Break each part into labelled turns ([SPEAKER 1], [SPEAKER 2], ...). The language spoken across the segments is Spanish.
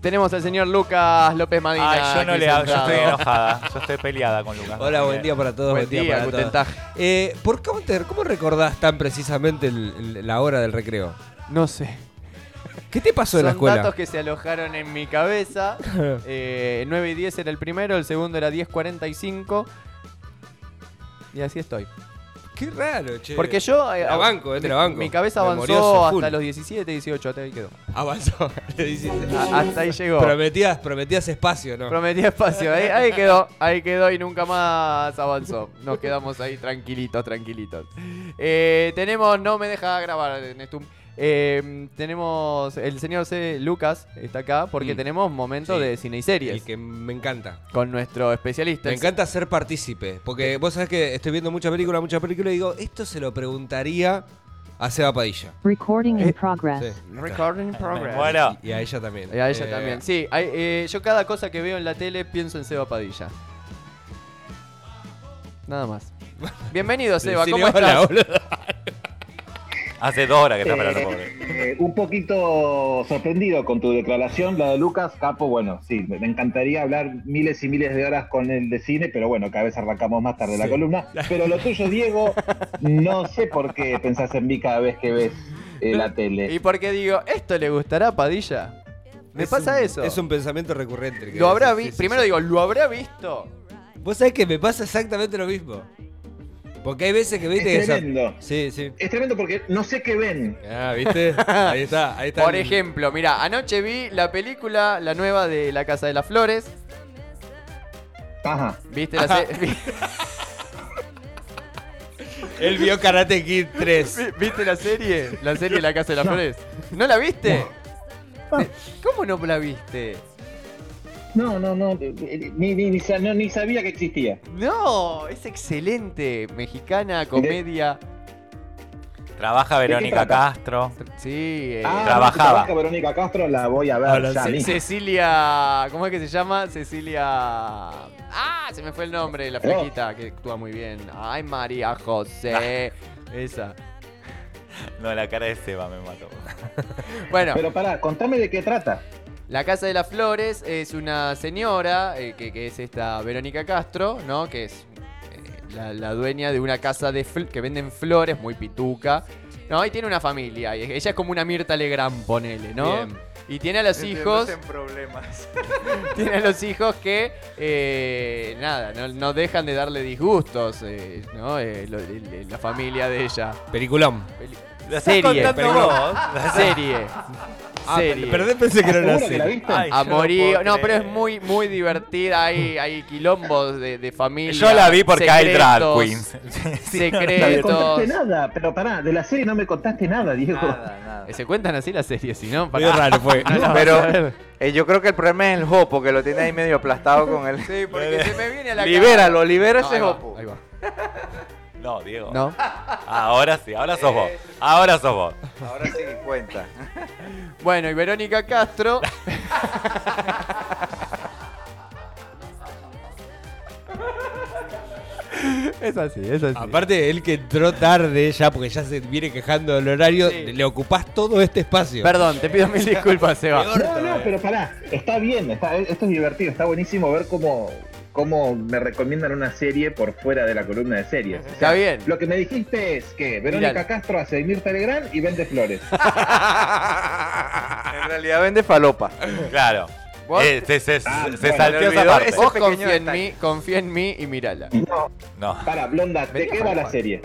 [SPEAKER 1] Tenemos al señor Lucas López Madina.
[SPEAKER 2] Ay, yo no
[SPEAKER 1] aquí
[SPEAKER 2] le hago, yo
[SPEAKER 1] sentado.
[SPEAKER 2] estoy enojada, yo estoy peleada con Lucas.
[SPEAKER 3] Hola, buen día para todos.
[SPEAKER 1] Buen día,
[SPEAKER 3] para
[SPEAKER 1] guten
[SPEAKER 3] todos.
[SPEAKER 1] Tag.
[SPEAKER 3] Eh, ¿por cómo, te- ¿Cómo recordás tan precisamente el- el- la hora del recreo?
[SPEAKER 1] No sé.
[SPEAKER 3] ¿Qué te pasó en la
[SPEAKER 1] Son
[SPEAKER 3] escuela?
[SPEAKER 1] datos que se alojaron en mi cabeza. Eh, 9 y 10 era el primero, el segundo era 10.45. Y así estoy.
[SPEAKER 3] Qué raro, che.
[SPEAKER 1] Porque yo. eh,
[SPEAKER 3] Te la banco, eh, te la banco.
[SPEAKER 1] Mi cabeza avanzó
[SPEAKER 3] Memorioso
[SPEAKER 1] hasta
[SPEAKER 3] full.
[SPEAKER 1] los 17, 18, hasta ahí quedó.
[SPEAKER 3] Avanzó, le dijiste.
[SPEAKER 1] A- hasta ahí llegó.
[SPEAKER 3] Prometías, prometías espacio, ¿no?
[SPEAKER 1] Prometí espacio, ahí, ahí quedó, ahí quedó y nunca más avanzó. Nos quedamos ahí tranquilitos, tranquilitos. Eh, tenemos, no me deja grabar, Nestum. Eh, tenemos el señor C. Lucas está acá porque
[SPEAKER 3] Mm.
[SPEAKER 1] tenemos momentos
[SPEAKER 3] Sí.
[SPEAKER 1] de cine y
[SPEAKER 3] El
[SPEAKER 1] series
[SPEAKER 3] que me encanta.
[SPEAKER 1] con nuestro especialista.
[SPEAKER 3] Me encanta ser partícipe. Porque vos sabés que estoy viendo mucha película, mucha película y digo, esto se lo preguntaría a Seba Padilla.
[SPEAKER 4] Recording
[SPEAKER 1] Eh,
[SPEAKER 4] in progress.
[SPEAKER 3] Sí.
[SPEAKER 1] Recording in progress.
[SPEAKER 2] Me muero.
[SPEAKER 3] Y a ella también.
[SPEAKER 1] Y a ella
[SPEAKER 3] Eh,
[SPEAKER 1] también. Sí, hay- eh, yo cada cosa que veo en la tele pienso en Seba Padilla. Nada más. Bienvenido, Seba.
[SPEAKER 3] decirle
[SPEAKER 1] ¿Cómo
[SPEAKER 3] hola,
[SPEAKER 1] estás?
[SPEAKER 3] boludo.
[SPEAKER 2] Hace dos horas que está esperando, pobre.
[SPEAKER 5] Eh, un poquito sorprendido con tu declaración, la de Lucas. Capo, bueno, sí, me me encantaría hablar miles y miles de horas con él de cine, pero bueno, cada vez arrancamos más tarde la
[SPEAKER 3] Sí.
[SPEAKER 5] columna. Pero lo tuyo, Diego, no sé por qué pensás en mí cada vez que ves eh, la tele.
[SPEAKER 1] Y porque digo, ¿esto le gustará a Padilla? Me
[SPEAKER 3] Es
[SPEAKER 1] pasa
[SPEAKER 3] un-
[SPEAKER 1] eso.
[SPEAKER 3] Es un pensamiento recurrente. que
[SPEAKER 1] Lo habrá
[SPEAKER 3] decís,
[SPEAKER 1] vi-
[SPEAKER 3] sí, sí,
[SPEAKER 1] Primero
[SPEAKER 3] sí.
[SPEAKER 1] digo, ¿lo habrá visto?
[SPEAKER 3] Vos sabés que me pasa exactamente lo mismo. Porque hay veces que viste
[SPEAKER 5] Es
[SPEAKER 3] que.
[SPEAKER 5] tremendo.
[SPEAKER 3] Sí, sí.
[SPEAKER 5] Es tremendo porque no sé qué ven.
[SPEAKER 3] Ah, ¿viste? Ahí está, ahí está.
[SPEAKER 1] Por
[SPEAKER 3] el-
[SPEAKER 1] ejemplo, mira, anoche vi la película, la nueva de La Casa de las Flores.
[SPEAKER 5] Ajá.
[SPEAKER 1] ¿Viste la se- vi-
[SPEAKER 3] Él vio Karate Kid 3.
[SPEAKER 1] vi- ¿Viste la serie? La serie La Casa de las Flores. ¿No la viste? Eh, ¿Cómo no la viste?
[SPEAKER 5] No, no, no. eh, eh, Ni, ni, ni sa- no, ni sabía que existía.
[SPEAKER 1] No, es excelente. Mexicana, comedia.
[SPEAKER 2] Trabaja Verónica
[SPEAKER 5] trata?
[SPEAKER 2] Castro.
[SPEAKER 1] Sí. eh,
[SPEAKER 5] Ah,
[SPEAKER 2] Trabajaba.
[SPEAKER 5] trabaja Verónica Castro, la voy a ver
[SPEAKER 3] Ahora
[SPEAKER 5] ya
[SPEAKER 3] sí,
[SPEAKER 5] mismo.
[SPEAKER 1] Cecilia. ¿Cómo es que se llama? Cecilia. Ah, se me fue el nombre, la flaquita que actúa muy bien. Ay, María José. Esa.
[SPEAKER 2] No, la cara de Seba me mató.
[SPEAKER 1] Bueno,
[SPEAKER 5] Pero pará, contame de qué trata.
[SPEAKER 1] La Casa de las Flores es una señora, eh, que, que es esta Verónica Castro, ¿no? Que es eh, la, la dueña de una casa de fl- que venden flores, muy pituca. ¿No? Y tiene una familia. Y ella es como una Mirta Legrand, ponele, ¿no?
[SPEAKER 3] Bien.
[SPEAKER 1] Y tiene a los hijos.
[SPEAKER 2] problemas.
[SPEAKER 1] tiene a los hijos que eh, nada, no, no dejan de darle disgustos, eh, ¿no? Eh, lo- el- el- la familia de ella.
[SPEAKER 3] Peliculón.
[SPEAKER 1] Peli-
[SPEAKER 2] ¿Lo estás
[SPEAKER 1] Serie,
[SPEAKER 2] contando vos?
[SPEAKER 1] serie, serie.
[SPEAKER 3] Perdón, pensé que no era
[SPEAKER 5] ¿Seguro que la
[SPEAKER 3] así.
[SPEAKER 5] viste?
[SPEAKER 2] Ay, yo
[SPEAKER 1] A
[SPEAKER 2] no
[SPEAKER 1] morir.
[SPEAKER 2] puedo
[SPEAKER 1] No, pero es
[SPEAKER 2] creer.
[SPEAKER 1] muy, muy divertida. Hay, hay quilombos de, de familia.
[SPEAKER 2] Yo la vi porque hay drag
[SPEAKER 1] secretos,
[SPEAKER 2] queens. Sí, no,
[SPEAKER 1] Eh,
[SPEAKER 2] no,
[SPEAKER 5] No me contaste
[SPEAKER 1] Secretos.
[SPEAKER 5] nada, pero pará, de la serie no me contaste nada, Diego.
[SPEAKER 2] nada, nada.
[SPEAKER 1] Eh, Se cuentan así las series, si no,
[SPEAKER 3] Muy
[SPEAKER 1] para.
[SPEAKER 3] raro fue.
[SPEAKER 2] Ah,
[SPEAKER 6] Pero eh, yo creo que el problema es el hopo, que lo tiene ahí medio aplastado con el.
[SPEAKER 1] Sí,
[SPEAKER 2] eh,
[SPEAKER 1] porque se me viene a la cara.
[SPEAKER 6] libéralo, libera
[SPEAKER 1] No,
[SPEAKER 6] ese
[SPEAKER 1] ahí va,
[SPEAKER 6] hopo.
[SPEAKER 1] ahí va.
[SPEAKER 2] No, Diego.
[SPEAKER 1] No.
[SPEAKER 2] Ahora sí, ahora sos vos. Ahora sos vos.
[SPEAKER 6] Ahora sí cuenta.
[SPEAKER 1] Bueno, y Verónica Castro. es así, es así.
[SPEAKER 3] Aparte, él que entró tarde ya, porque ya se viene quejando del horario,
[SPEAKER 1] Sí.
[SPEAKER 3] le ocupás todo este espacio.
[SPEAKER 1] Perdón, te pido mil disculpas, Seba.
[SPEAKER 5] No, no, pero pará, está bien, está, esto es divertido, está buenísimo ver cómo, cómo me recomiendan una serie por fuera de la columna de series. O sea,
[SPEAKER 1] Está bien.
[SPEAKER 5] Lo que me dijiste es que Verónica
[SPEAKER 1] Miralo.
[SPEAKER 5] Castro hace Mirta Legrand y vende flores.
[SPEAKER 6] En realidad vende falopa.
[SPEAKER 2] Claro.
[SPEAKER 1] Vos-
[SPEAKER 2] Eh, se se,
[SPEAKER 5] Ah,
[SPEAKER 2] se
[SPEAKER 5] bueno,
[SPEAKER 6] me
[SPEAKER 2] salteó esa
[SPEAKER 6] olvidó
[SPEAKER 2] parte.
[SPEAKER 6] ese-
[SPEAKER 1] Vos
[SPEAKER 6] pequeño
[SPEAKER 1] confía en
[SPEAKER 6] detalle.
[SPEAKER 1] mí, confía en mí y mírala.
[SPEAKER 5] No,
[SPEAKER 2] No.
[SPEAKER 5] para, Blonda, ¿de
[SPEAKER 1] Venía
[SPEAKER 5] qué
[SPEAKER 1] para
[SPEAKER 5] va la
[SPEAKER 1] Juan.
[SPEAKER 5] serie?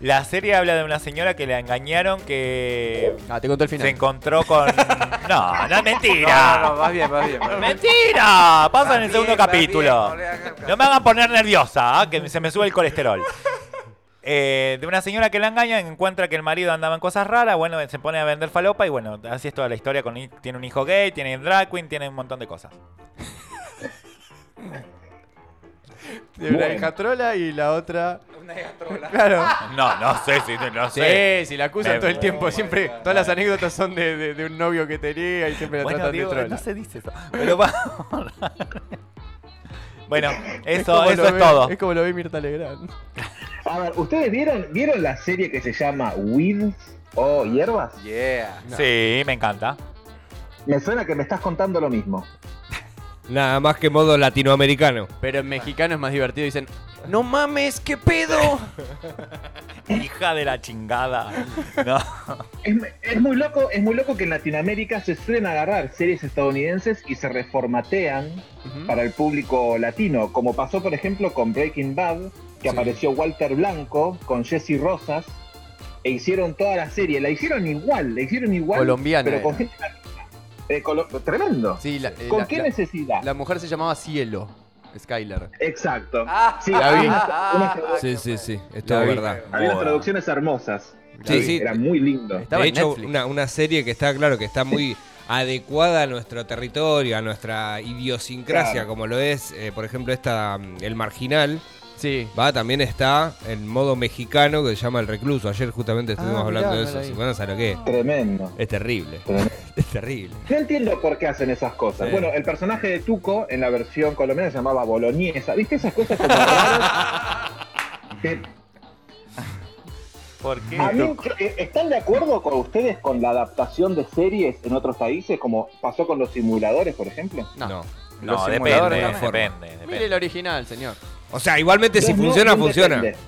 [SPEAKER 2] La serie habla de una señora que la engañaron que
[SPEAKER 1] Ah, te contó el
[SPEAKER 2] se
[SPEAKER 1] final.
[SPEAKER 2] encontró con. No, no es
[SPEAKER 6] No, no,
[SPEAKER 2] mentira.
[SPEAKER 6] no, vas bien, vas bien. vas bien.
[SPEAKER 2] ¡Mentira! Pasa en el
[SPEAKER 6] Vas
[SPEAKER 2] segundo
[SPEAKER 6] bien, vas
[SPEAKER 2] capítulo.
[SPEAKER 6] bien, no le hagas caso.
[SPEAKER 2] No me hagan poner nerviosa, ¿ah? que se me sube el colesterol. Eh, de una señora que la engaña, encuentra que el marido andaba en cosas raras, bueno, se pone a vender falopa y bueno, así es toda la historia. Con, tiene un hijo gay, tiene drag queen, tiene un montón de cosas.
[SPEAKER 1] De una
[SPEAKER 5] Bueno.
[SPEAKER 1] hija trola y la otra.
[SPEAKER 6] Una gastrola.
[SPEAKER 1] Claro.
[SPEAKER 2] No, no sé si, no
[SPEAKER 1] Sí,
[SPEAKER 2] sé.
[SPEAKER 1] sí, la acusan
[SPEAKER 2] Me-
[SPEAKER 1] todo el tiempo. Siempre, todas las anécdotas son de, de- de un novio que tenía y siempre la
[SPEAKER 2] Bueno,
[SPEAKER 1] tratan
[SPEAKER 2] digo,
[SPEAKER 1] de trola.
[SPEAKER 2] no se dice eso. Pero vamos. bueno, eso,
[SPEAKER 1] como
[SPEAKER 2] eso
[SPEAKER 1] lo
[SPEAKER 2] es
[SPEAKER 1] ve-
[SPEAKER 2] todo.
[SPEAKER 1] Es como lo ve Mirta Legrand.
[SPEAKER 5] A ver, ¿ustedes vieron, vieron la serie que se llama Weeds o Hierbas?
[SPEAKER 6] Yeah.
[SPEAKER 2] Sí, me encanta.
[SPEAKER 5] Me suena que me estás contando lo mismo.
[SPEAKER 3] Nada más que modo latinoamericano.
[SPEAKER 1] Pero en mexicano es más divertido. Dicen, no mames, qué pedo.
[SPEAKER 2] Hija de la chingada. No.
[SPEAKER 5] Es, es muy loco, es muy loco que en Latinoamérica se suelen agarrar series estadounidenses y se reformatean
[SPEAKER 1] Ujú.
[SPEAKER 5] para el público latino, como pasó por ejemplo con Breaking Bad, que apareció Walter Blanco con Jesse Rosas, e hicieron toda la serie, la hicieron igual, la hicieron igual,
[SPEAKER 1] Colombiana
[SPEAKER 5] pero con
[SPEAKER 1] era.
[SPEAKER 5] gente latina. Eh, colo- tremendo.
[SPEAKER 1] Sí, la, eh,
[SPEAKER 5] ¿Con
[SPEAKER 1] la-
[SPEAKER 5] qué
[SPEAKER 1] la-
[SPEAKER 5] necesidad?
[SPEAKER 1] la mujer se llamaba Cielo. Skyler.
[SPEAKER 5] Exacto.
[SPEAKER 6] Ah,
[SPEAKER 5] sí,
[SPEAKER 1] la
[SPEAKER 5] había
[SPEAKER 1] vi.
[SPEAKER 5] unas- unas tradu-
[SPEAKER 3] Sí, sí, sí. Esto
[SPEAKER 1] La
[SPEAKER 3] es
[SPEAKER 1] vi.
[SPEAKER 3] verdad.
[SPEAKER 5] había unas
[SPEAKER 2] Buah.
[SPEAKER 5] traducciones hermosas.
[SPEAKER 3] Sí,
[SPEAKER 5] La vi,
[SPEAKER 3] sí.
[SPEAKER 5] Era muy lindo.
[SPEAKER 1] Estaba
[SPEAKER 3] de
[SPEAKER 1] en
[SPEAKER 3] hecho,
[SPEAKER 1] Netflix.
[SPEAKER 3] una, una serie que está, claro, que está muy adecuada a nuestro territorio, a nuestra idiosincrasia,
[SPEAKER 5] Claro.
[SPEAKER 3] como lo es, eh, por ejemplo, esta, mm, El Marginal,
[SPEAKER 1] Sí.
[SPEAKER 3] va, también está en modo mexicano que se llama El Recluso. Ayer justamente estuvimos
[SPEAKER 1] Ah, mirá,
[SPEAKER 3] hablando de
[SPEAKER 1] no
[SPEAKER 3] eso,
[SPEAKER 1] la vi.
[SPEAKER 3] si bueno, ¿sabes lo que es?
[SPEAKER 5] Tremendo.
[SPEAKER 3] Es terrible,
[SPEAKER 5] tremendo.
[SPEAKER 3] es terrible.
[SPEAKER 5] No entiendo por qué hacen esas cosas.
[SPEAKER 3] Sí.
[SPEAKER 5] Bueno, el personaje de Tuco en la versión colombiana se llamaba Boloñesa. ¿Viste esas cosas como raras? Que-
[SPEAKER 2] ¿Por qué?
[SPEAKER 5] a mí- eh, ¿Están de acuerdo con ustedes con la adaptación de series en otros países, como pasó con los simuladores, por ejemplo?
[SPEAKER 1] No.
[SPEAKER 3] no.
[SPEAKER 2] No,
[SPEAKER 6] Los
[SPEAKER 2] depende,
[SPEAKER 6] simuladores
[SPEAKER 3] también.
[SPEAKER 2] depende,
[SPEAKER 1] Mire
[SPEAKER 2] depende.
[SPEAKER 1] el original, señor.
[SPEAKER 3] O sea, igualmente si
[SPEAKER 5] No,
[SPEAKER 3] funciona,
[SPEAKER 5] no
[SPEAKER 3] funciona.
[SPEAKER 5] depende.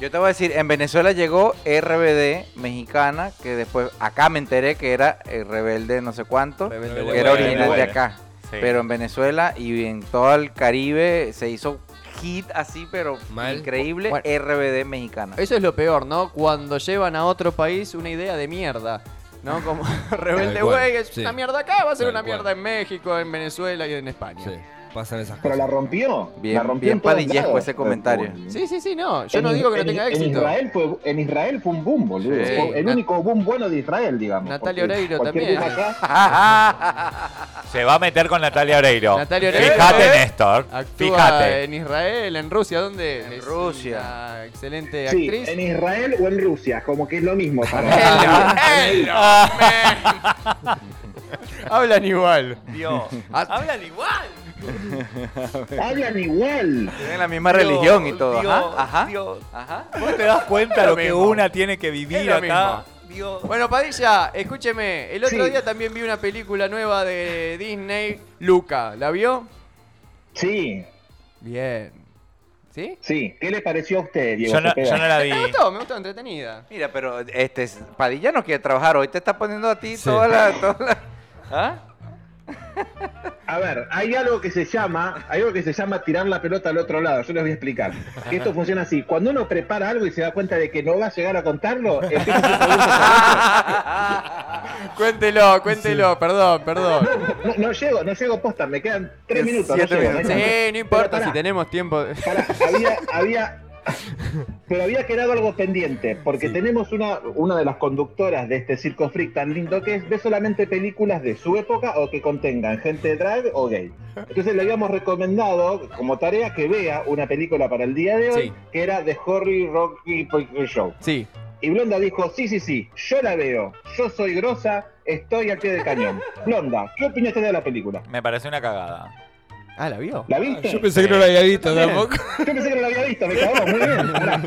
[SPEAKER 6] Yo te voy a decir, en Venezuela llegó RBD mexicana, que después acá me enteré que era eh, rebelde no sé cuánto, que
[SPEAKER 1] Rebelde
[SPEAKER 2] Rebelde
[SPEAKER 1] Way.
[SPEAKER 6] era
[SPEAKER 2] Bueno,
[SPEAKER 6] original de
[SPEAKER 2] bueno.
[SPEAKER 6] acá.
[SPEAKER 2] Sí.
[SPEAKER 6] Pero en Venezuela y en todo el Caribe se hizo hit así, pero
[SPEAKER 3] Mal.
[SPEAKER 6] increíble,
[SPEAKER 1] Bueno.
[SPEAKER 6] RBD mexicana.
[SPEAKER 1] Eso es lo peor, ¿no? Cuando llevan a otro país una idea de mierda. ¿No? Como Rebelde
[SPEAKER 3] Tal cual,
[SPEAKER 1] Way, es
[SPEAKER 3] sí.
[SPEAKER 1] una mierda acá, va a ser
[SPEAKER 3] Tal
[SPEAKER 1] una
[SPEAKER 3] cual.
[SPEAKER 1] mierda en México, en Venezuela y en España.
[SPEAKER 3] Sí, pasan esas
[SPEAKER 5] Pero la
[SPEAKER 3] cosas.
[SPEAKER 5] rompió.
[SPEAKER 6] Bien-
[SPEAKER 5] la rompió
[SPEAKER 6] bien
[SPEAKER 5] en todos
[SPEAKER 6] padillejo
[SPEAKER 5] lados.
[SPEAKER 6] ese comentario.
[SPEAKER 1] Sí, sí, sí, no. Yo
[SPEAKER 5] En
[SPEAKER 1] no
[SPEAKER 5] Is-
[SPEAKER 1] digo que no
[SPEAKER 5] en-
[SPEAKER 1] tenga
[SPEAKER 5] en
[SPEAKER 1] éxito.
[SPEAKER 5] Israel fue- en Israel fue un boom, boludo.
[SPEAKER 6] Sí.
[SPEAKER 5] Fue el
[SPEAKER 1] Nat-
[SPEAKER 5] único boom bueno de Israel, digamos.
[SPEAKER 1] Natalia
[SPEAKER 5] porque
[SPEAKER 1] Oreiro
[SPEAKER 5] cualquier
[SPEAKER 1] también.
[SPEAKER 5] cosa acá-
[SPEAKER 2] Se va a meter con Natalia Oreiro.
[SPEAKER 1] Ah. Natalia Oreiro,
[SPEAKER 2] Fíjate,
[SPEAKER 1] ¿eh?
[SPEAKER 2] Néstor.
[SPEAKER 1] Actúa
[SPEAKER 2] Fíjate.
[SPEAKER 1] en Israel, en Rusia, ¿dónde?
[SPEAKER 6] En
[SPEAKER 1] Es
[SPEAKER 6] Rusia.
[SPEAKER 1] una excelente
[SPEAKER 5] Sí,
[SPEAKER 1] actriz.
[SPEAKER 5] en Israel o en Rusia, como que es lo mismo. para-
[SPEAKER 1] Hello, hello, man. Hablan igual. Ah,
[SPEAKER 2] Dios. Hablan igual.
[SPEAKER 5] Hablan igual.
[SPEAKER 6] Tienen la misma religión y todo. ajá, ajá. ajá.
[SPEAKER 2] ¿Vos te das cuenta
[SPEAKER 1] Es lo
[SPEAKER 2] lo que
[SPEAKER 1] mismo.
[SPEAKER 2] una tiene que vivir
[SPEAKER 1] Es lo
[SPEAKER 2] acá? Dios.
[SPEAKER 1] Bueno, Padilla, escúcheme. El otro
[SPEAKER 5] Sí.
[SPEAKER 1] día también vi una película nueva de Disney, Luca. ¿La vio?
[SPEAKER 5] Sí,
[SPEAKER 1] Bien. ¿Sí?
[SPEAKER 5] sí. ¿Qué le pareció a usted, Diego?
[SPEAKER 2] Yo no,
[SPEAKER 5] Cepeda?
[SPEAKER 2] yo no la vi.
[SPEAKER 1] Me gustó, me gustó, entretenida.
[SPEAKER 6] Mira, pero este Padilla no quiere trabajar. Hoy te está poniendo a ti
[SPEAKER 3] Sí.
[SPEAKER 6] toda la. Toda la- ¿Ah?
[SPEAKER 5] A ver, hay algo que se llama, hay algo que se llama tirar la pelota al otro lado. Yo les voy a explicar. Que esto funciona así. Cuando uno prepara algo y se da cuenta de que no va a llegar a contarlo, empieza a hacer
[SPEAKER 1] Cuéntelo, cuéntelo, perdón, perdón.
[SPEAKER 5] preguntas. no, no llego, no llego posta. Me quedan tres
[SPEAKER 6] Es
[SPEAKER 5] minutos.
[SPEAKER 6] siete
[SPEAKER 5] no llego,
[SPEAKER 6] minutos.
[SPEAKER 5] me quedan-
[SPEAKER 1] Sí, no importa
[SPEAKER 5] Pero
[SPEAKER 1] si
[SPEAKER 5] pará.
[SPEAKER 1] tenemos tiempo. de-
[SPEAKER 5] Pará, había, había, pero había quedado algo pendiente, porque tenemos una, una de las conductoras de este Circo Freak tan lindo que es, ve solamente películas de su época o que contengan gente drag o gay. Entonces le habíamos recomendado como tarea que vea una película para el día de hoy,
[SPEAKER 1] Sí.
[SPEAKER 5] que era The Horry Rocky Picture Show.
[SPEAKER 1] Sí.
[SPEAKER 5] Y Blonda dijo, sí, sí, sí, yo la veo, yo soy grosa, estoy al pie del cañón. Blonda, ¿qué opinión te da de la película?
[SPEAKER 2] Me pareció una cagada.
[SPEAKER 1] Ah, ¿la vio?
[SPEAKER 5] ¿La viste?
[SPEAKER 3] Yo pensé que no lo había visto
[SPEAKER 5] Bien.
[SPEAKER 3] tampoco.
[SPEAKER 5] Yo pensé que no la había visto, me cagó, muy bien. pará.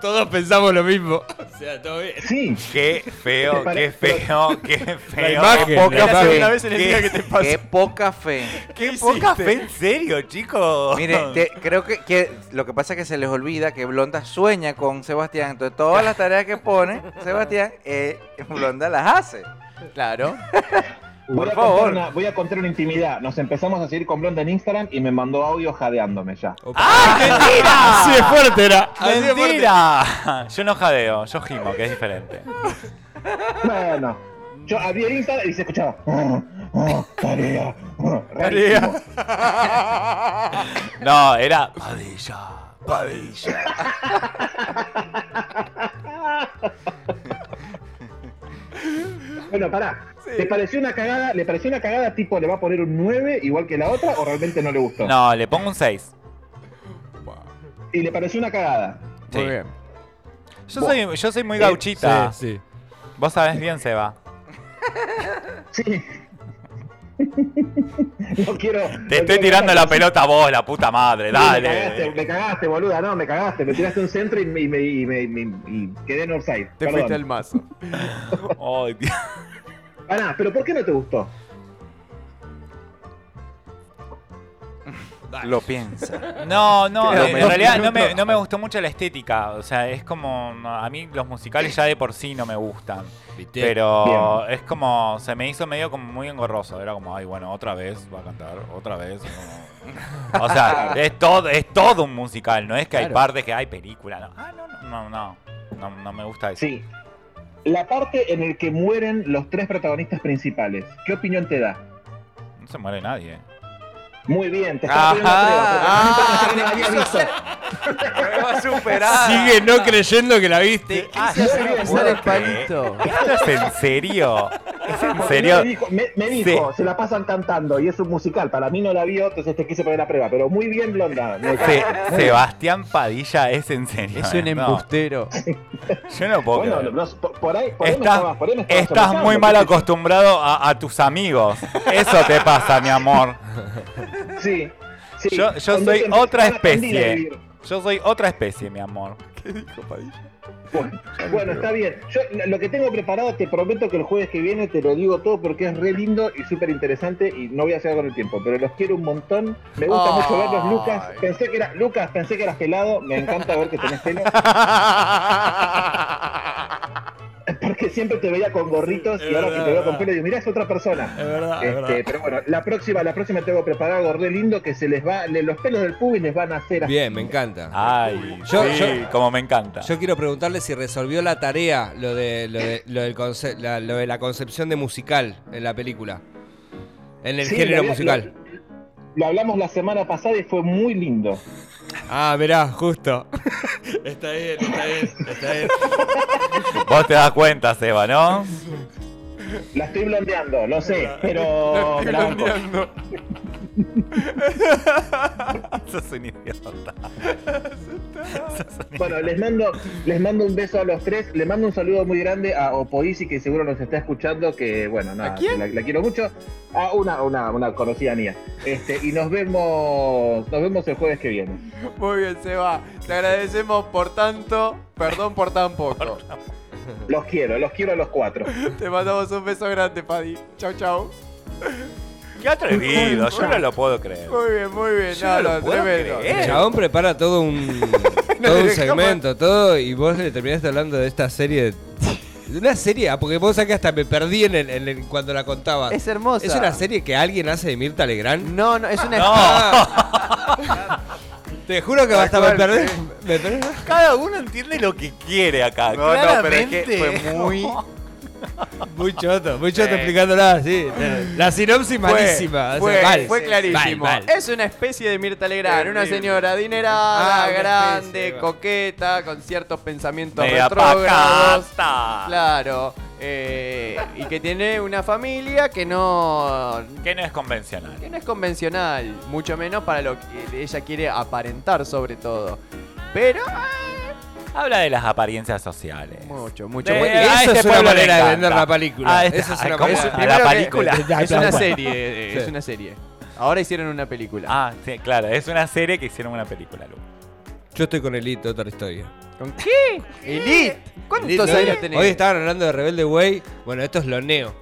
[SPEAKER 3] Todos pensamos lo mismo. O sea, todo bien.
[SPEAKER 5] Sí,
[SPEAKER 2] Qué feo, qué
[SPEAKER 5] Pare-
[SPEAKER 2] feo, qué feo.
[SPEAKER 3] imagen,
[SPEAKER 2] Poca
[SPEAKER 3] la
[SPEAKER 2] fe.
[SPEAKER 3] imagen.
[SPEAKER 2] vez en el día que te pasa.
[SPEAKER 6] Qué poca fe.
[SPEAKER 2] Qué poca fe, en serio, chicos.
[SPEAKER 6] Mire, te- creo que, que lo que pasa es que se les olvida que Blonda sueña con Sebastián. Entonces, todas las tareas que pone Sebastián, eh, Blonda las hace.
[SPEAKER 1] Claro.
[SPEAKER 5] Voy
[SPEAKER 6] Por
[SPEAKER 5] a,
[SPEAKER 6] favor.
[SPEAKER 5] Contar una, voy a contar una intimidad. Nos empezamos a seguir con Blonda en Instagram y me mandó audio jadeándome ya.
[SPEAKER 1] Ah.
[SPEAKER 2] ¡Ay, mentira!
[SPEAKER 3] Así de fuerte era. Así de fuerte.
[SPEAKER 2] ¡Mentira! Yo no jadeo, yo gimo, que es diferente.
[SPEAKER 5] Bueno, yo abrí el Instagram y se escuchaba. "Ah, ah, tarea. ah",
[SPEAKER 2] Tarea.
[SPEAKER 5] rarísimo.
[SPEAKER 2] No, era Padilla, Padilla.
[SPEAKER 5] Bueno, pará. ¿Le pareció una cagada? ¿Le pareció una cagada tipo le va a poner un 9 igual que la otra o realmente no le gustó?
[SPEAKER 2] No, le pongo un 6.
[SPEAKER 5] Y le pareció una cagada.
[SPEAKER 2] Sí.
[SPEAKER 1] Muy bien.
[SPEAKER 2] Yo soy, yo soy muy gauchita.
[SPEAKER 1] Ah,
[SPEAKER 3] Sí, sí.
[SPEAKER 2] Vos sabés bien, Seba.
[SPEAKER 5] Sí. no quiero.
[SPEAKER 2] Te estoy tirando la pelota a vos, la puta madre,
[SPEAKER 5] Me cagaste,
[SPEAKER 2] dale.
[SPEAKER 5] me cagaste, boluda, no, me cagaste. Me tiraste un centro y me, y me- y me- y me- y quedé en offside.
[SPEAKER 1] Te
[SPEAKER 5] Perdón.
[SPEAKER 1] fuiste el mazo.
[SPEAKER 2] Ay, Dios.
[SPEAKER 5] Pará, pero ¿por qué no te gustó?
[SPEAKER 6] Lo piensa.
[SPEAKER 2] No, no, eh,
[SPEAKER 6] Qué
[SPEAKER 2] en
[SPEAKER 6] momento.
[SPEAKER 2] realidad no me, no me gustó mucho la estética. O sea, es como. no, A mí los musicales ya de por sí no me gustan.
[SPEAKER 3] ¿Viste?
[SPEAKER 2] Pero es como. Se me hizo medio como muy engorroso. Era como, ay, bueno, otra vez va a cantar, otra vez. no. O sea, es todo, es todo un musical. No es que hay
[SPEAKER 1] Claro.
[SPEAKER 2] partes que hay película. No. Ah, no, no, no, no. No, no me gusta eso.
[SPEAKER 5] Sí. La parte en el que mueren los tres protagonistas principales. ¿Qué opinión te da?
[SPEAKER 2] No se muere nadie.
[SPEAKER 5] Muy bien, te estás poniendo
[SPEAKER 6] Ajá,
[SPEAKER 1] Ah,
[SPEAKER 5] a prueba. porque realmente no
[SPEAKER 6] Prueba superada.
[SPEAKER 3] Sigue
[SPEAKER 1] Ah.
[SPEAKER 3] no creyendo que la viste.
[SPEAKER 2] Ah,
[SPEAKER 1] Se hace
[SPEAKER 5] bien,
[SPEAKER 1] pasar
[SPEAKER 2] puedo
[SPEAKER 1] el
[SPEAKER 2] creer.
[SPEAKER 1] palito.
[SPEAKER 2] ¿Esto es en serio? ¿Es en
[SPEAKER 5] había visto.
[SPEAKER 2] serio?
[SPEAKER 5] Me dijo, me- me dijo, se la pasan cantando y es un musical. Para mí no la vio, entonces te quise poner a prueba. Pero muy bien, Blonda. Me-
[SPEAKER 2] Se- Sebastián Padilla es en serio. ¿eh?
[SPEAKER 1] Es un
[SPEAKER 2] No,
[SPEAKER 1] embustero.
[SPEAKER 2] yo no puedo
[SPEAKER 5] Bueno,
[SPEAKER 2] creer.
[SPEAKER 5] no, por por ahí, por ahí me
[SPEAKER 2] Estás,
[SPEAKER 5] estabas- por ahí me estabas
[SPEAKER 2] estás
[SPEAKER 5] soltando,
[SPEAKER 2] muy
[SPEAKER 5] ¿qué
[SPEAKER 2] mal
[SPEAKER 5] sé yo?
[SPEAKER 2] acostumbrado a, a tus amigos. Eso te pasa, mi amor.
[SPEAKER 5] Sí. sí.
[SPEAKER 2] Yo- yo
[SPEAKER 5] Cuando
[SPEAKER 2] soy
[SPEAKER 5] te empezás
[SPEAKER 2] otra
[SPEAKER 5] a aprender a
[SPEAKER 2] especie.
[SPEAKER 5] vivir.
[SPEAKER 2] Yo soy otra especie, mi amor.
[SPEAKER 5] Bueno, bueno, está bien. Yo lo- lo que tengo preparado, te prometo que el jueves que viene te lo digo todo porque es re lindo y súper interesante y no voy a hacer con el tiempo, pero los quiero un montón. Me gusta
[SPEAKER 1] Ay.
[SPEAKER 5] mucho verlos, Lucas. Pensé que era, Lucas, pensé que eras pelado. Me encanta ver que tenés pelo porque siempre te veía con gorritos y ahora que te veo con pelo digo, mirá, es otra persona.
[SPEAKER 4] Es verdad, es verdad.
[SPEAKER 5] Este, pero bueno, la próxima, la próxima tengo preparado algo re lindo que se les va, le- los pelos del pubis les van a hacer así.
[SPEAKER 3] Bien, me encanta.
[SPEAKER 2] Ay,
[SPEAKER 3] Yo-
[SPEAKER 2] sí,
[SPEAKER 3] yo-
[SPEAKER 2] como me encanta.
[SPEAKER 3] Yo quiero preguntarle si resolvió la tarea, lo de, lo de, lo del conce- la, lo de la concepción de musical en la película. En el
[SPEAKER 5] Sí,
[SPEAKER 3] género
[SPEAKER 5] lo-
[SPEAKER 3] musical.
[SPEAKER 5] Lo, lo hablamos la semana pasada y fue muy lindo.
[SPEAKER 3] Ah, mirá, justo.
[SPEAKER 4] Está bien, está bien, está bien.
[SPEAKER 2] Vos te das cuenta, Seba, ¿no?
[SPEAKER 5] La estoy blondeando, lo sé, pero. me la banco.
[SPEAKER 2] Sos un idiota.
[SPEAKER 5] Bueno, les mando, les mando un beso a los tres, le mando un saludo muy grande a Opoisi que seguro nos está escuchando, que bueno, nada, La, la quiero mucho, a una, una, una conocida mía. Este, y nos vemos, nos vemos el jueves que viene.
[SPEAKER 1] Muy bien, Seba. Te agradecemos por tanto, perdón por tan poco.
[SPEAKER 5] Los quiero, los quiero a los cuatro.
[SPEAKER 1] Te mandamos un beso grande, Paddy. Chau, chau.
[SPEAKER 2] Qué atrevido, yo no lo puedo creer.
[SPEAKER 1] Muy bien, muy bien.
[SPEAKER 2] Yo
[SPEAKER 1] No,
[SPEAKER 2] no lo
[SPEAKER 1] no,
[SPEAKER 2] puedo
[SPEAKER 1] tremendo.
[SPEAKER 2] creer.
[SPEAKER 3] El chabón prepara todo un, todo un
[SPEAKER 1] dejamos-
[SPEAKER 3] segmento, todo, y vos le terminaste hablando de esta serie. De una serie, ah, porque vos acá hasta me perdí en el, en el- cuando la contabas.
[SPEAKER 1] Es hermosa.
[SPEAKER 3] ¿Es una serie que alguien hace de Mirta Legrand?
[SPEAKER 1] No, no, es una
[SPEAKER 3] Ah. Te juro que
[SPEAKER 1] Mm. Tal
[SPEAKER 3] hasta me
[SPEAKER 1] cual,
[SPEAKER 3] perdí.
[SPEAKER 1] sí.
[SPEAKER 3] me perdí.
[SPEAKER 2] Cada uno entiende lo que quiere acá.
[SPEAKER 1] Ah,
[SPEAKER 6] No, no, pero es que
[SPEAKER 2] claramente.
[SPEAKER 6] fue muy.
[SPEAKER 3] Muy choto, muy choto explicándola, sí. La sinopsis malísima. o sea,
[SPEAKER 1] Fue,
[SPEAKER 3] mal.
[SPEAKER 1] fue clarísimo.
[SPEAKER 3] Mal,
[SPEAKER 2] Eh,
[SPEAKER 3] mal.
[SPEAKER 1] Es una especie de Mirta Legrand, una
[SPEAKER 6] Terrible.
[SPEAKER 1] señora adinerada,
[SPEAKER 3] Ah, una
[SPEAKER 1] grande,
[SPEAKER 3] especie, va.
[SPEAKER 1] coqueta, con ciertos pensamientos
[SPEAKER 2] Media
[SPEAKER 1] retrógrados.
[SPEAKER 2] pacata.
[SPEAKER 1] Claro. eh, y que tiene una familia que no,
[SPEAKER 2] Que no es convencional.
[SPEAKER 1] que no es convencional, mucho menos para lo que ella quiere aparentar sobre todo. Pero
[SPEAKER 2] Habla de las apariencias sociales.
[SPEAKER 1] mucho, mucho.
[SPEAKER 2] Eh,
[SPEAKER 1] Muy-
[SPEAKER 2] a
[SPEAKER 3] Eso
[SPEAKER 2] este
[SPEAKER 3] es una
[SPEAKER 2] pueblo le
[SPEAKER 3] manera de
[SPEAKER 2] encanta.
[SPEAKER 3] vender la película.
[SPEAKER 2] Ah, este-
[SPEAKER 3] Eso es
[SPEAKER 2] ay,
[SPEAKER 3] una
[SPEAKER 2] ¿cómo
[SPEAKER 3] manera-
[SPEAKER 2] se-
[SPEAKER 1] Eso,
[SPEAKER 2] a la
[SPEAKER 1] primero que-
[SPEAKER 2] película.
[SPEAKER 1] Es una serie, eh,
[SPEAKER 3] Sí.
[SPEAKER 1] es una serie. Ahora hicieron una película.
[SPEAKER 2] Ah, sí, claro, es una serie que hicieron una película, Lu.
[SPEAKER 3] Yo estoy con Elite, otra historia. ¿eh?
[SPEAKER 1] ¿Con qué? Elite. ¿Cuántos años tenés?
[SPEAKER 3] Hoy estaban hablando de Rebelde Way. Bueno, esto es lo neo.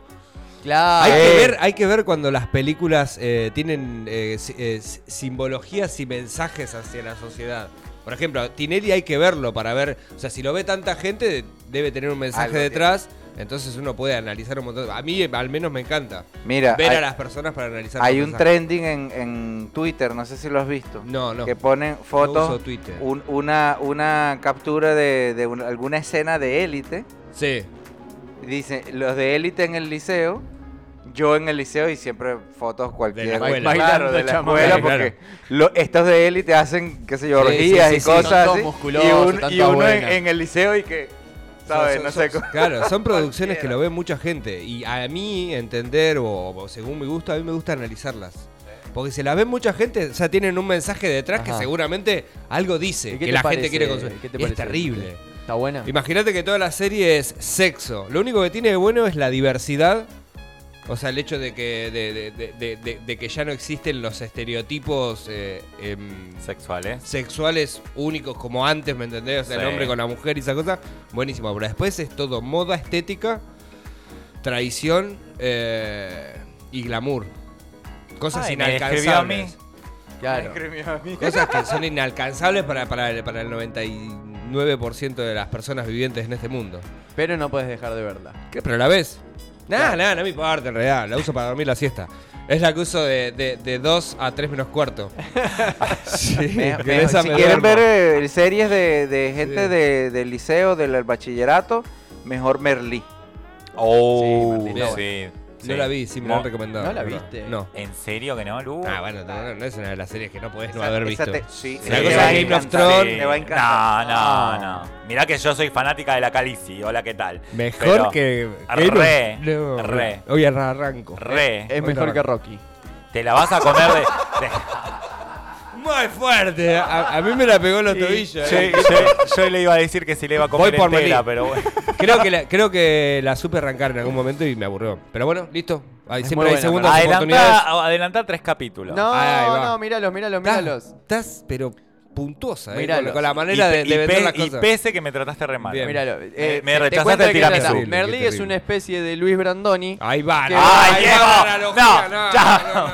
[SPEAKER 1] Claro.
[SPEAKER 3] Hay,
[SPEAKER 2] eh.
[SPEAKER 3] que ver, hay que ver cuando las películas eh, tienen eh, si- eh, si- simbologías y mensajes hacia la sociedad. Por ejemplo, Tinelli hay que verlo para ver. O sea, si lo ve tanta gente, de- debe tener un mensaje
[SPEAKER 6] Algo
[SPEAKER 3] detrás. Entonces uno puede analizar un montón. A mí, eh, al menos, me encanta
[SPEAKER 6] Mira,
[SPEAKER 3] ver
[SPEAKER 6] hay,
[SPEAKER 3] a las personas para analizar.
[SPEAKER 6] hay
[SPEAKER 3] los
[SPEAKER 6] un
[SPEAKER 3] mensajes.
[SPEAKER 6] trending en, en Twitter, no sé si lo has visto.
[SPEAKER 3] No, no.
[SPEAKER 6] Que ponen
[SPEAKER 3] uso
[SPEAKER 6] fotos,
[SPEAKER 3] Twitter.
[SPEAKER 6] un- una, una captura de, de un- alguna escena de élite.
[SPEAKER 3] Sí.
[SPEAKER 6] y Dice, los de élite en el liceo, yo en el liceo y siempre fotos cualquier.
[SPEAKER 3] la escuela.
[SPEAKER 6] Claro,
[SPEAKER 1] Bailando,
[SPEAKER 6] de la
[SPEAKER 1] chamo.
[SPEAKER 6] escuela,
[SPEAKER 3] Claro,
[SPEAKER 6] porque lo- estos de élite hacen, qué sé yo,
[SPEAKER 3] Sí, sí,
[SPEAKER 6] orgías
[SPEAKER 3] sí,
[SPEAKER 6] y
[SPEAKER 3] sí.
[SPEAKER 1] Son
[SPEAKER 6] cosas
[SPEAKER 1] todos
[SPEAKER 6] así. Y,
[SPEAKER 1] musculosos,
[SPEAKER 6] un-
[SPEAKER 1] están
[SPEAKER 6] y
[SPEAKER 1] todas
[SPEAKER 6] uno en,
[SPEAKER 1] buenas.
[SPEAKER 6] en el liceo y que, ¿sabes?
[SPEAKER 3] Son-
[SPEAKER 6] no
[SPEAKER 3] son-
[SPEAKER 6] sé cómo.
[SPEAKER 3] Claro, son producciones que lo ve mucha gente. Y a mí, entender, o, o según mi gusto, a mí me gusta analizarlas. Porque si las ve mucha gente, ya tienen un mensaje detrás que
[SPEAKER 1] Ajá.
[SPEAKER 3] seguramente algo dice
[SPEAKER 1] ¿Y
[SPEAKER 3] que
[SPEAKER 1] qué te
[SPEAKER 3] la
[SPEAKER 1] parece?
[SPEAKER 3] gente quiere consumir.
[SPEAKER 1] ¿Qué te
[SPEAKER 3] Y es
[SPEAKER 1] parece?
[SPEAKER 3] terrible.
[SPEAKER 1] ¿Está buena?
[SPEAKER 3] Imagínate que toda la serie es sexo. Lo único que tiene de bueno es la diversidad. O sea, el hecho de que, de, de- de- de- de- de que ya no existen los estereotipos eh, em,
[SPEAKER 2] Sexuales.
[SPEAKER 3] sexuales únicos como antes, ¿me entendés? O sea,
[SPEAKER 2] Sí.
[SPEAKER 3] el hombre con la mujer y esa cosa. Buenísimo, pero después es todo moda estética traición eh, y glamour. Cosas
[SPEAKER 2] Ay, me escribió a mí.
[SPEAKER 3] inalcanzables.
[SPEAKER 1] Claro.
[SPEAKER 3] Cosas que son inalcanzables para, para, el, para el 99% de las personas vivientes en este mundo.
[SPEAKER 1] Pero no puedes dejar de verla.
[SPEAKER 3] ¿Qué? ¿Pero la ves? Nada, nada, no me importa en realidad. La uso para dormir la siesta. Es la que uso de, de, 2 a 3 menos cuarto. sí,
[SPEAKER 6] Me-
[SPEAKER 3] con
[SPEAKER 6] me-
[SPEAKER 3] esa
[SPEAKER 6] si
[SPEAKER 3] me
[SPEAKER 6] quieren
[SPEAKER 3] duermo.
[SPEAKER 6] ver eh, series de, de gente
[SPEAKER 3] Sí.
[SPEAKER 6] de- del liceo, del bachillerato, mejor Merlí.
[SPEAKER 2] Oh,
[SPEAKER 1] Sí, Martín, no,
[SPEAKER 2] sí, sí.
[SPEAKER 3] No la vi, sí me la
[SPEAKER 2] Mo-
[SPEAKER 3] han recomendado.
[SPEAKER 1] ¿No la
[SPEAKER 3] pero
[SPEAKER 1] viste?
[SPEAKER 3] No.
[SPEAKER 2] ¿En serio que no, Lu?
[SPEAKER 3] Ah, bueno, no, no, no es una de las series que no podés no
[SPEAKER 6] Esa-
[SPEAKER 3] haber
[SPEAKER 6] esa
[SPEAKER 3] visto.
[SPEAKER 6] te- sí,
[SPEAKER 3] Es una
[SPEAKER 6] esa
[SPEAKER 3] cosa
[SPEAKER 6] te va a
[SPEAKER 3] de Game of
[SPEAKER 6] encantar.
[SPEAKER 3] Thrones.
[SPEAKER 6] Te va a encantar. Ah.
[SPEAKER 2] No, no, no. Mirá que yo soy fanática de la Calici. Hola, ¿qué tal?
[SPEAKER 3] Mejor
[SPEAKER 2] Pero-
[SPEAKER 3] que.
[SPEAKER 2] Re,
[SPEAKER 3] Game of- no,
[SPEAKER 2] re.
[SPEAKER 3] Hoy arranco.
[SPEAKER 6] Eh,
[SPEAKER 2] Re,
[SPEAKER 1] Es mejor que Rocky.
[SPEAKER 2] te la vas a comer de... de-
[SPEAKER 3] Muy fuerte. A, a mí me la pegó en los tobillos.
[SPEAKER 2] Yo,
[SPEAKER 3] eh.
[SPEAKER 2] yo- yo le iba a decir que si le iba a comer
[SPEAKER 3] Voy por
[SPEAKER 2] entera,
[SPEAKER 3] Merlí.
[SPEAKER 2] pero bueno.
[SPEAKER 3] Creo que, la, creo que la supe arrancar en algún momento y me aburrió. Pero bueno, listo. Ahí
[SPEAKER 1] Es
[SPEAKER 3] siempre
[SPEAKER 1] muy buena,
[SPEAKER 3] hay segundas oportunidades.
[SPEAKER 2] Adelantá, adelantá tres capítulos.
[SPEAKER 1] No,
[SPEAKER 3] Ahí va.
[SPEAKER 1] no, míralos, míralos, míralos.
[SPEAKER 3] Estás, estás, pero puntuosa, eh, con,
[SPEAKER 1] Míralos.
[SPEAKER 3] la- con la
[SPEAKER 2] Y,
[SPEAKER 3] manera de,
[SPEAKER 2] pe-
[SPEAKER 3] de
[SPEAKER 2] y
[SPEAKER 3] vender
[SPEAKER 2] pe-
[SPEAKER 3] las
[SPEAKER 2] y
[SPEAKER 3] cosas.
[SPEAKER 2] pese que me trataste re mal.
[SPEAKER 3] Bien.
[SPEAKER 2] Mira,
[SPEAKER 1] Míralo. Eh,
[SPEAKER 2] Me- me
[SPEAKER 1] te
[SPEAKER 2] rechazaste
[SPEAKER 1] cuento
[SPEAKER 2] el
[SPEAKER 1] de qué trata.
[SPEAKER 2] tiramisú.
[SPEAKER 1] Merlí
[SPEAKER 3] Qué
[SPEAKER 1] es una
[SPEAKER 3] terrible.
[SPEAKER 1] especie de Luis Brandoni.
[SPEAKER 3] Ahí va.
[SPEAKER 1] Que-
[SPEAKER 3] no,
[SPEAKER 2] ¡Ay,
[SPEAKER 3] ahí
[SPEAKER 2] Diego!
[SPEAKER 3] va la analogía,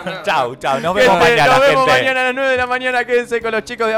[SPEAKER 2] No, chao, chao, nos
[SPEAKER 1] Gente,
[SPEAKER 2] vemos mañana,
[SPEAKER 1] nos vemos
[SPEAKER 2] gente.
[SPEAKER 1] mañana a las 9 de la mañana. Quédense con los chicos de